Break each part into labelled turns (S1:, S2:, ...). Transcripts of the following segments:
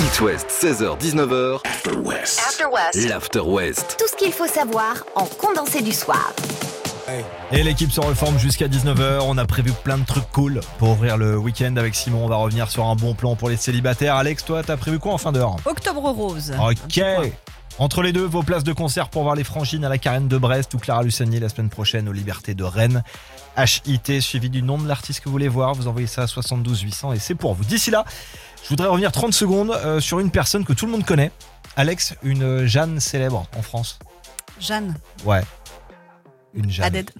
S1: East West, 16h-19h. After West.
S2: After West.
S1: L'After West.
S2: Tout ce qu'il faut savoir en condensé du soir.
S3: Et l'équipe se reforme jusqu'à 19h. On a prévu plein de trucs cool pour ouvrir le week-end avec Simon. On va revenir sur un bon plan pour les célibataires. Alex, toi, t'as prévu quoi en fin
S4: Hein,
S3: d'heure
S4: Octobre Rose.
S3: Ok. Entre les deux, vos places de concert pour voir les Frangines à la Carène de Brest ou Clara Luciani la semaine prochaine aux Libertés de Rennes. HIT suivi du nom de l'artiste que vous voulez voir. Vous envoyez ça à 72 800 et c'est pour vous. D'ici là, je voudrais revenir 30 secondes euh, sur une personne que tout le monde connaît. Alex, une euh, Jeanne célèbre en France.
S4: Jeanne.
S3: Ouais. Une Jeanne.
S4: Adède.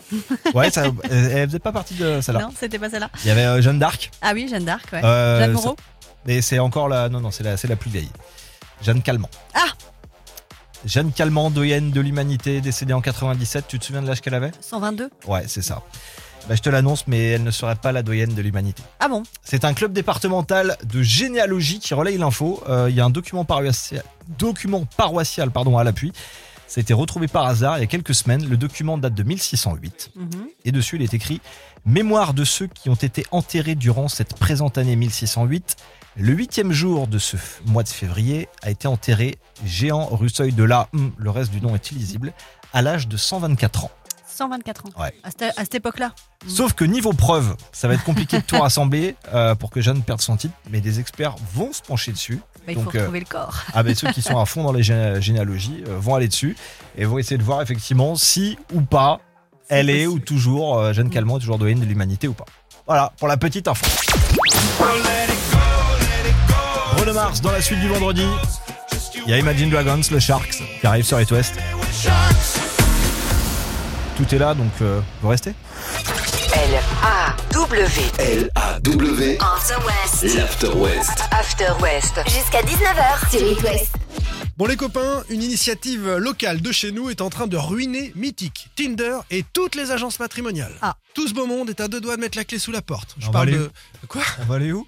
S3: Ouais, ça, elle- elle faisait pas partie de celle-là.
S4: Non, c'était pas celle-là.
S3: Il y avait euh, Jeanne d'Arc.
S4: Ah oui, Jeanne d'Arc, ouais.
S3: Euh,
S4: Jeanne
S3: ça-
S4: Moreau.
S3: Et c'est encore la. Non, non, c'est la, c'est la plus vieille. Jeanne Calment.
S4: Ah
S3: Jeanne Calment, doyenne de l'humanité, décédée en 97. Tu te souviens de l'âge qu'elle avait
S4: 122.
S3: Ouais, c'est ça. Bah, je te l'annonce, mais elle ne serait pas la doyenne de l'humanité.
S4: Ah bon
S3: C'est un club départemental de généalogie qui relaye l'info. Euh, Il y a un document paroissial, document paroissial pardon, à l'appui. Ça a été retrouvé par hasard il y a quelques semaines. Le document date de 1608
S4: Mhm.
S3: et dessus il est écrit Mémoire de ceux qui ont été enterrés durant cette présente année 1608. Le huitième jour de ce f- mois de février a été enterré Géant Russeuil de la, hum, le reste du nom est illisible, à l'âge de 124 ans.
S4: 124 ans.
S3: Ouais.
S4: À, cette, à cette époque-là.
S3: Sauf que niveau preuve, ça va être compliqué de tout rassembler euh, pour que Jeanne perde son titre, mais des experts vont se pencher dessus.
S4: Bah, il faut
S3: Donc, euh,
S4: retrouver le corps.
S3: Ah ben ceux qui sont à fond dans les gé- généalogies euh, vont aller dessus et vont essayer de voir effectivement si ou pas elle est ou toujours euh, Jeanne Calment est toujours doyenne de l'humanité ou pas. Voilà pour la petite info. Bruno Mars dans la suite du vendredi. Il y a Imagine Dragons, le Sharks qui arrive sur East West. Tout est là donc euh, vous restez.
S5: L-A-W.
S1: L-A-W.
S2: After West.
S1: L'After West.
S5: After West.
S2: Jusqu'à 19h sur It West.
S6: Bon les copains, une initiative locale de chez nous est en train de ruiner Mythique, Tinder et toutes les agences matrimoniales.
S4: Ah.
S6: Tout ce beau monde est à deux doigts de mettre la clé sous la porte. Je
S3: On va
S6: parle
S3: aller
S6: de... Quoi
S3: On va aller où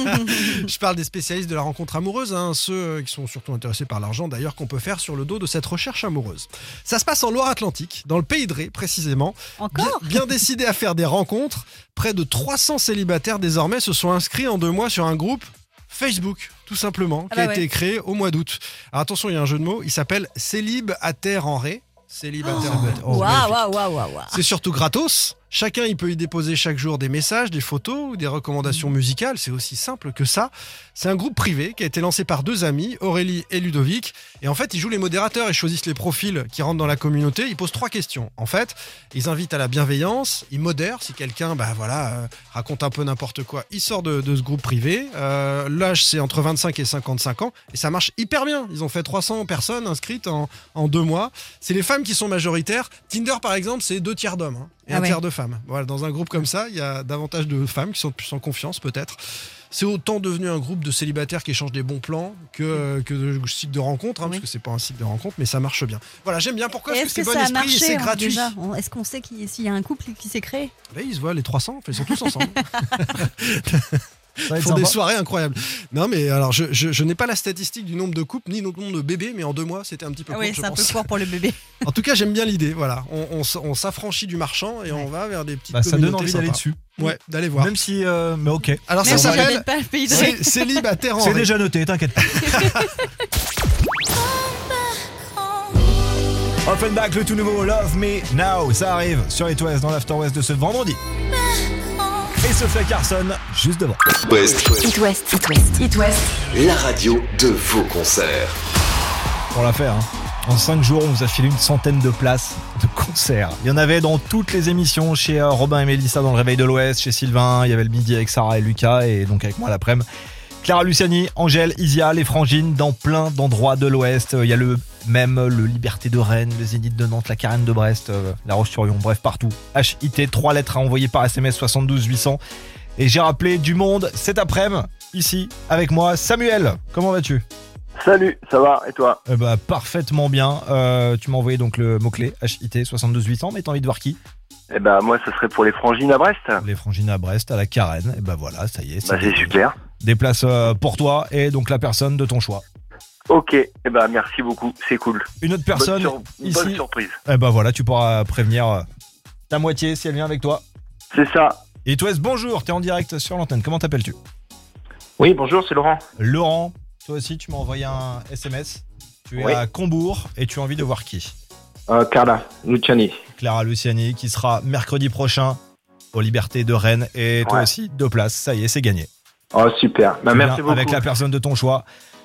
S6: Je parle des spécialistes de la rencontre amoureuse, hein, ceux qui sont surtout intéressés par l'argent d'ailleurs qu'on peut faire sur le dos de cette recherche amoureuse. Ça se passe en Loire-Atlantique, dans le Pays de Ré précisément. Bien,
S4: Encore
S6: bien décidé à faire des rencontres, près de 300 célibataires désormais se sont inscrits en deux mois sur un groupe Facebook, tout simplement,
S4: Ah
S6: qui a
S4: bah
S6: été
S4: ouais.
S6: créé au mois d'août. Alors attention, il y a un jeu de mots, il s'appelle Célib à terre en Ré. Célibataire en Ré.
S3: Oh,
S4: Waouh, waouh, waouh, waouh. waouh.
S6: C'est surtout gratos. Chacun y peut y déposer chaque jour des messages, des photos ou des recommandations musicales. C'est aussi simple que ça. C'est un groupe privé qui a été lancé par deux amis, Aurélie et Ludovic. Et en fait, ils jouent les modérateurs. Ils choisissent les profils qui rentrent dans la communauté. Ils posent trois questions. En fait, ils invitent à la bienveillance. Ils modèrent. Si quelqu'un, bah voilà, euh, raconte un peu n'importe quoi, il sort de, de ce groupe privé. Euh, L'âge, c'est entre 25 et 55 ans. Et ça marche hyper bien. Ils ont fait 300 personnes inscrites en, en deux mois. C'est les femmes qui sont majoritaires. Tinder, par exemple, c'est deux tiers d'hommes hein, et
S4: Ah
S6: un
S4: ouais.
S6: tiers de femmes. Voilà, dans un groupe comme ça, il y a davantage de femmes qui sont plus en confiance, peut-être. C'est autant devenu un groupe de célibataires qui échangent des bons plans que, euh, que de sites de rencontres, hein,
S4: Mm. Oui.
S6: parce que c'est pas un site de rencontre, mais ça marche bien. Voilà, j'aime bien. Pourquoi
S4: Et
S6: Parce que
S4: Est-ce
S6: c'est
S4: que
S6: bon
S4: ça a
S6: esprit et
S4: marché
S6: c'est
S4: hein,
S6: gratuit.
S4: déjà On- Est-ce qu'on sait qui- s'il y a un couple qui s'est créé
S6: Là, ils se voient, les 300, enfin, ils sont tous ensemble.
S3: Ça va
S6: Ils
S3: être
S6: font des
S3: sympa.
S6: soirées incroyables. Non, mais alors, je, je- je n'ai pas la statistique du nombre de couples ni le nombre de bébés, mais en deux mois, c'était un petit peu
S4: Ah
S6: court,
S4: Oui,
S6: je
S4: c'est un peu
S6: pense.
S4: fort pour le bébé.
S6: En tout cas, j'aime bien l'idée. Voilà, on, on s- on s'affranchit du marchand et on
S4: Ouais.
S6: va vers des petites
S3: Bah, ça donne
S6: communautés
S3: envie d'aller
S6: sympas.
S3: dessus.
S6: Ouais, d'aller voir.
S3: Même si euh, mais OK.
S6: Alors
S4: Même
S6: ça
S4: si j'avais
S6: s'appelle
S4: pas le pays de Ré.
S6: Cé- célibataire en
S3: C'est
S6: ré.
S3: déjà noté, t'inquiète pas. Offenbach, le tout nouveau Love Me Now, ça arrive sur It West dans l'After West de ce vendredi. Et Sophia Carson, juste devant.
S1: West.
S2: It West. It West. It West.
S1: La radio de vos concerts.
S3: On l'a fait, hein. En 5 jours, on vous a filé une centaine de places de concerts. Il y en avait dans toutes les émissions, chez euh, Robin et Mélissa dans le Réveil de l'Ouest, chez Sylvain, il y avait le midi avec Sarah et Lucas, et donc avec moi l'après-midi. Clara Luciani, Angèle, Isia, les Frangines, dans plein d'endroits de l'Ouest. Euh, Il y a le même, euh, le Liberté de Rennes, le Zénith de Nantes, la Carène de Brest, euh, la Roche-sur-Yon, bref, partout. HIT, trois lettres à envoyer par SMS 72 800. Et j'ai rappelé du monde cet après-midi, ici, avec moi, Samuel. Comment vas-tu
S7: Salut, ça va Ah, et toi
S3: eh bah, parfaitement bien. Euh, tu m'as envoyé donc le mot-clé HIT 72800, mais t'as envie de voir qui
S7: Eh ben moi ce serait pour les frangines à Brest.
S3: Les frangines à Brest, à la Carène. Et bah voilà, ça y est.
S7: Bah c'est
S3: décidé.
S7: super.
S3: Des places euh, pour toi et donc la personne de ton choix.
S7: Ok, eh ben merci beaucoup, c'est cool.
S3: Une autre personne,
S7: bonne, sur- bonne
S3: ici.
S7: surprise.
S3: eh bah voilà, tu pourras prévenir euh, ta moitié si elle vient avec toi.
S7: C'est ça.
S3: Et toi, bonjour, t'es en direct sur l'antenne. Comment t'appelles-tu
S7: Oui, bonjour, c'est Laurent.
S3: Laurent, Toi aussi, tu m'as envoyé un SMS. Tu es
S5: Oui.
S3: à Combourg et tu as envie de voir qui
S5: Euh, Carla, Luciani.
S3: Clara Luciani, qui sera mercredi prochain aux Libertés de Rennes. Et toi
S5: Ouais.
S3: aussi, deux places. Ça y est, c'est gagné.
S5: Oh, super. Bah,
S3: Tu
S5: merci
S3: viens
S5: beaucoup.
S3: Avec la personne de ton choix.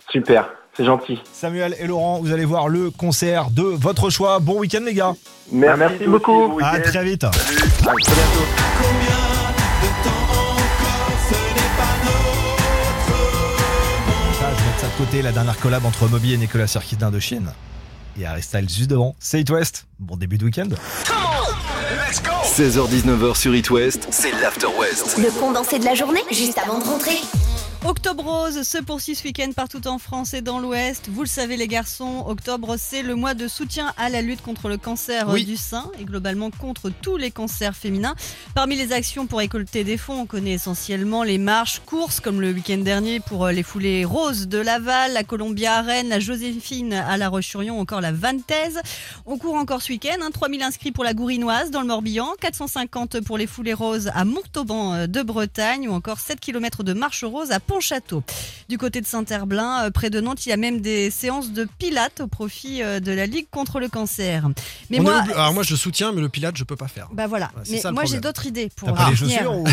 S5: Super. C'est gentil.
S3: Samuel et Laurent, vous allez voir le concert de votre choix. Bon week-end, les gars.
S5: Merci beaucoup.
S7: bon
S3: À
S7: week-end.
S3: très vite.
S5: À très bientôt.
S3: Ça, je vais mettre ça de côté, la dernière collab entre Moby et Nicolas Sirkis d'Indochine. Et Aristyle juste devant. C'est It West. Bon début de week-end.
S1: 16h-19h sur It West, c'est l'After West.
S2: Le condensé de la journée, juste avant de rentrer.
S4: Octobre Rose se poursuit ce week-end partout en France et dans l'Ouest. Vous le savez les garçons, octobre c'est le mois de soutien à la lutte contre le cancer euh,
S6: Oui.
S4: du sein et globalement contre tous les cancers féminins. Parmi les actions pour récolter des fonds, on connaît essentiellement les marches, courses comme le week-end dernier pour euh, les foulées roses de Laval, la Columbia à Rennes, la Joséphine à La Roche-sur-Yon, encore la Vantaise. On court encore ce week-end, hein, 3000 inscrits pour la Gourinoise dans le Morbihan, 450 pour les foulées roses à Montauban euh, de Bretagne ou encore 7 km de marche rose à Pontchâteau. Du côté de Saint-Herblain, euh, près de Nantes, il y a même des séances de pilates au profit euh, de la Ligue contre le cancer. Mais
S6: On
S4: moi,
S6: est obli- Alors moi je soutiens, mais le pilate je peux pas faire.
S4: bah voilà,
S6: Ouais, c'est
S4: mais
S6: ça le
S4: moi j'ai
S6: problème.
S4: d'autres idées pour
S3: T'as pas
S4: euh,
S3: les
S4: venir
S3: chaussures ou...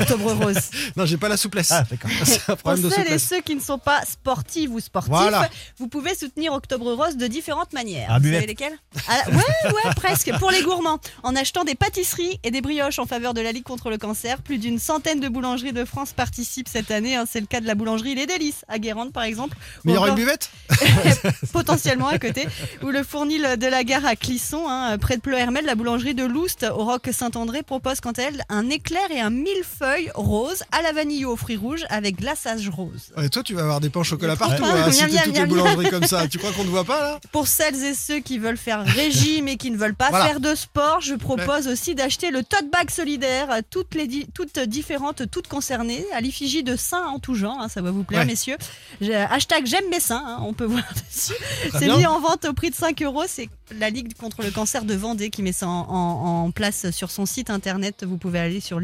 S4: Octobre Rose.
S6: Non, j'ai pas la souplesse.
S3: Ah, d'accord.
S6: C'est un
S4: Pour
S6: problème de
S4: celles et
S6: souplesse.
S4: ceux qui ne sont pas sportifs ou sportifs,
S6: Voilà.
S4: vous pouvez soutenir Octobre Rose de différentes manières.
S3: Ah,
S4: vous
S3: buvette.
S4: savez lesquelles Ah, Ouais, ouais, presque. Pour les gourmands, en achetant des pâtisseries et des brioches en faveur de la Ligue contre le cancer, plus d'une centaine de boulangeries de France participent cette année. hein. C'est le cas de la boulangerie Les Délices à Guérande, par exemple.
S6: Mais il y aura
S4: Ou
S6: une
S4: encore-
S6: buvette
S4: potentiellement à côté, ou le fournil de la gare à Clisson, hein, près de Pleuhermel, la boulangerie de Loust au Roc Saint-André propose quant à elle un éclair et un millefeuille rose à la vanille ou aux fruits rouges avec glaçage rose.
S6: Et toi tu vas avoir des pains au chocolat
S4: Trop
S6: partout,
S4: pas.
S6: hein, si
S4: Miam,
S6: t'es
S4: miam,
S6: toutes les
S4: miam,
S6: boulangeries comme ça. Tu crois qu'on te voit pas là
S4: Pour celles et ceux qui veulent faire régime et qui ne veulent pas
S6: Voilà.
S4: faire de sport, je propose aussi d'acheter le tote bag solidaire, toutes, les di- toutes différentes, toutes concernées, à l'effigie de seins en tout genre, hein, ça va vous plaire
S6: Ouais.
S4: messieurs. J'ai- Hashtag j'aime mes seins, hein, on peut voir dessus.
S6: Très
S4: C'est
S6: bien.
S4: mis en vente au prix de 5 euros. C'est la Ligue contre le cancer de Vendée qui met ça en, en- en place sur son site internet. Vous pouvez aller sur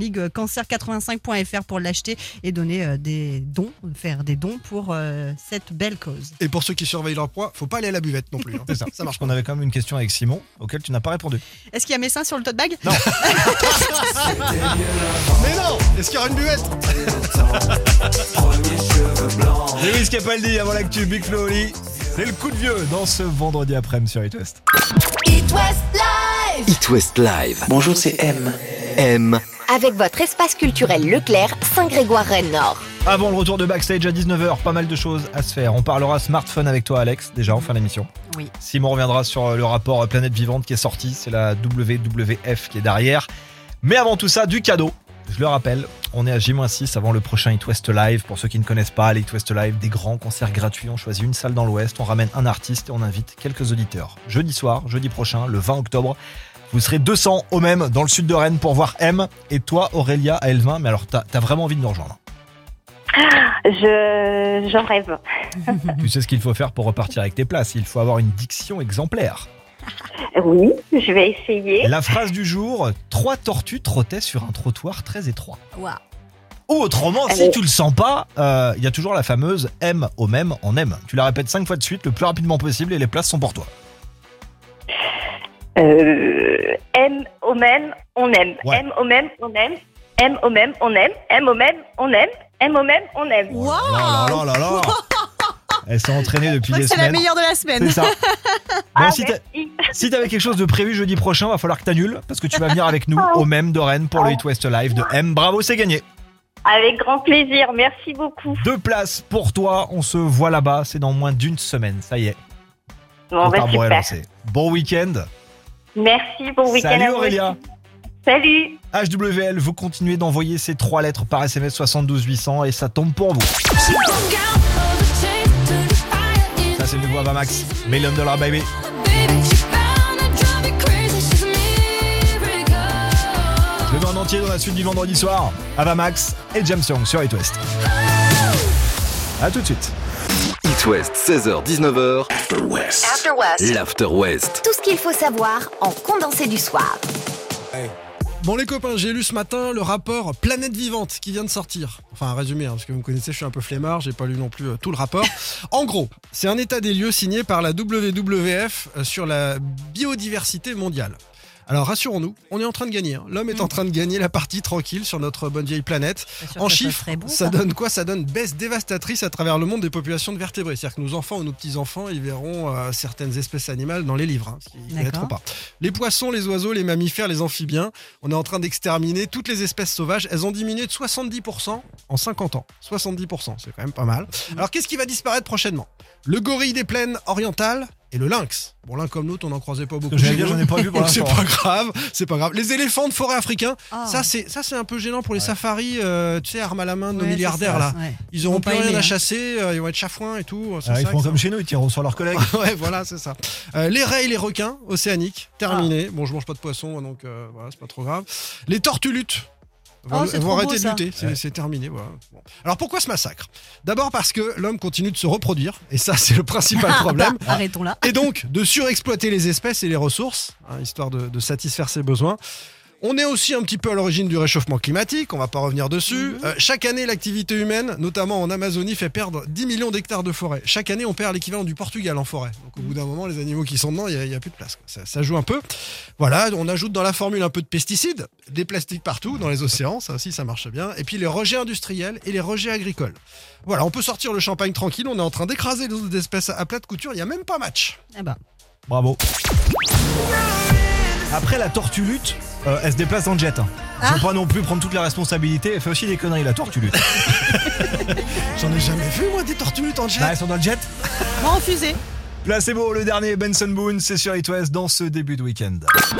S4: liguecancer85.fr pour l'acheter et donner euh, des dons, faire des dons pour euh, cette belle cause.
S6: Et pour ceux qui surveillent leur poids, faut pas aller à la buvette non plus. hein.
S3: C'est ça.
S6: Ça marche
S3: On avait quand même une question avec Simon auquel tu n'as pas répondu.
S4: Est-ce qu'il y a mes seins sur le tote bag
S6: Mais non Est-ce qu'il y aura une buvette
S3: Lewis Capaldi avant l'actu Big Flo au lit. C'est le coup de vieux dans ce vendredi après-midi sur It West.
S2: It West Live
S1: It West Live. Bonjour, c'est M. M.
S2: Avec votre espace culturel Leclerc, Saint-Grégoire-Rennes-Nord.
S3: Avant le retour de backstage à 19h, pas mal de choses à se faire. On parlera smartphone avec toi, Alex, déjà en fin d'émission.
S4: Oui.
S3: Simon reviendra sur euh, le rapport Planète Vivante qui est sorti. C'est la WWF qui est derrière. Mais avant tout ça, du cadeau. Je le rappelle, on est à J-6 avant le prochain It West Live. Pour ceux qui ne connaissent pas, les It West Live, des grands concerts gratuits. On choisit une salle dans l'Ouest, on ramène un artiste et on invite quelques auditeurs. Jeudi soir, jeudi prochain, le 20 octobre, vous serez 200 au même dans le sud de Rennes pour voir M. Et toi, Aurélia, à Elvin. Mais alors, t'as t'as vraiment envie de nous rejoindre.
S8: Je, j'en rêve.
S3: Tu sais ce qu'il faut faire pour repartir avec tes places. Il faut avoir une diction exemplaire.
S8: Oui, je vais essayer.
S3: La phrase du jour trois tortues trottaient sur un trottoir très étroit.
S4: Waouh.
S3: Ou autrement, si
S8: Allez.
S3: tu le sens pas, euh, il y a toujours la fameuse M au même en M. Tu la répètes cinq fois de suite le plus rapidement possible et les places sont pour toi.
S8: Euh, aime au même, on aime.
S3: Ouais.
S8: Aime au même, on aime. Aime au même, on aime. Aime au même, on aime. Aime au même, on aime.
S4: Wow.
S3: Oh Là, là, là, là, là. Elle s'est entraînée depuis
S4: Je crois
S3: des
S4: que c'est la
S3: semaines.
S4: meilleure de la semaine.
S3: C'est ça. Bon,
S8: Ah,
S3: si t'as-
S8: merci.
S3: si t'avais quelque chose de prévu jeudi prochain, va falloir que t'annules parce que tu vas venir avec nous
S4: Ah.
S3: au même de Rennes pour le Hit West Live de M. Bravo, c'est gagné.
S8: Avec grand plaisir. Merci beaucoup.
S3: Deux places pour toi. On se voit là-bas. C'est dans moins d'une semaine. Ça y est.
S8: Bon, bah,
S3: Comptable est
S8: super.
S3: lancé. Bon week-end.
S8: Merci. Bon week-end. à
S3: Salut
S8: vous
S3: Aurélia.
S8: aussi. Salut.
S3: HWL, vous continuez d'envoyer ces trois lettres par SMS 72 800 et ça tombe pour vous. Ça c'est une voix Max. Million Dollar Baby. Le nom en entier dans la suite du vendredi soir. Avamax et James Young sur It West. A tout de suite.
S1: It West, 16h-19h,
S2: After West.
S1: l'After West.
S2: Tout ce qu'il faut savoir en condensé du soir.
S6: Bon les copains, j'ai lu ce matin le rapport Planète Vivante qui vient de sortir. Enfin un résumé, hein, parce que vous me connaissez, je suis un peu flemmard, j'ai pas lu non plus euh, tout le rapport. En gros, c'est un état des lieux signé par la WWF euh, sur la biodiversité mondiale. Alors rassurons-nous, on est en train de gagner. hein. L'homme est en train de gagner la partie tranquille sur notre bonne vieille planète.
S4: Pas sûr que
S6: En
S4: ça
S6: chiffres,
S4: serait bon,
S6: ça donne quoi Ça donne baisse dévastatrice à travers le monde des populations de vertébrés. C'est-à-dire que nos enfants ou nos petits-enfants, ils verront euh, certaines espèces animales dans les livres, hein, ce qu'ils
S4: D'accord.
S6: connaîtront pas. Les poissons, les oiseaux, les mammifères, les amphibiens, on est en train d'exterminer toutes les espèces sauvages. Elles ont diminué de 70% en 50 ans. 70%, c'est quand même pas mal.
S4: Mmh.
S6: Alors qu'est-ce qui va disparaître prochainement Le gorille des plaines orientales et le lynx. Bon, l'un comme l'autre, on n'en croisait pas beaucoup.
S3: J'allais
S6: chez
S3: dire,
S6: nous.
S3: j'en ai pas vu pour
S6: Donc, C'est
S3: l'instant.
S6: pas grave, c'est pas grave. Les éléphants de forêt africains,
S4: Ah.
S6: ça c'est ça c'est un peu gênant pour les
S3: Ouais.
S6: safaris, euh, tu sais, armes à la main de nos
S4: Ouais,
S6: milliardaires
S4: c'est
S6: là.
S4: ça, ouais.
S6: Ils auront
S4: vont
S6: plus
S4: pas
S6: rien
S4: aimer,
S6: à
S4: hein.
S6: chasser, euh, ils vont être chafouins et tout. c'est
S3: Ah, ils
S6: ça
S3: font
S6: que
S3: comme chez nous, ils tirent sur leurs collègues.
S6: ça- ouais, voilà, c'est ça. Euh, les raies et les requins océaniques,
S4: Ah.
S6: terminé. Bon, je mange pas de poisson, donc euh, voilà, c'est pas trop grave. Les tortues luttes.
S4: Oh,
S6: Elles
S4: c'est
S6: vont
S4: trop
S6: arrêter
S4: beau,
S6: de
S4: ça.
S6: lutter, c'est
S3: Ouais.
S6: c'est terminé. Voilà. Bon. Alors pourquoi ce massacre D'abord parce que l'homme continue de se reproduire, et ça c'est le principal problème.
S4: Ah, bah,
S3: Ah.
S4: Arrêtons là.
S6: Et donc, de surexploiter les espèces et les ressources, hein, histoire de, de satisfaire ses besoins. On est aussi un petit peu à l'origine du réchauffement climatique, on va pas revenir dessus. Euh, chaque année, l'activité humaine, notamment en Amazonie, fait perdre 10 millions d'hectares de forêt. Chaque année, on perd l'équivalent du Portugal en forêt. Donc au bout d'un moment, les animaux qui sont dedans, il n'y a, plus de place. quoi. Ça, ça joue un peu. Voilà, on ajoute dans la formule un peu de pesticides, des plastiques partout, dans les océans, ça aussi, ça marche bien. Et puis les rejets industriels et les rejets agricoles. Voilà, on peut sortir le champagne tranquille, on est en train d'écraser les autres espèces à plate couture, il n'y a même pas match.
S4: Ah bah.
S3: Bravo. Après, la tortue lutte, euh, elle se déplace dans le jet. Hein.
S4: Ah.
S3: Faut pas non plus prendre toute la responsabilité. Elle fait aussi des conneries, la tortue lutte.
S6: J'en ai jamais vu moi des tortues luttes en jet.
S3: Là, elles sont dans le jet.
S4: Moi, en fusée.
S3: Placebo, le dernier Benson Boone, c'est sur It West dans ce début de week-end.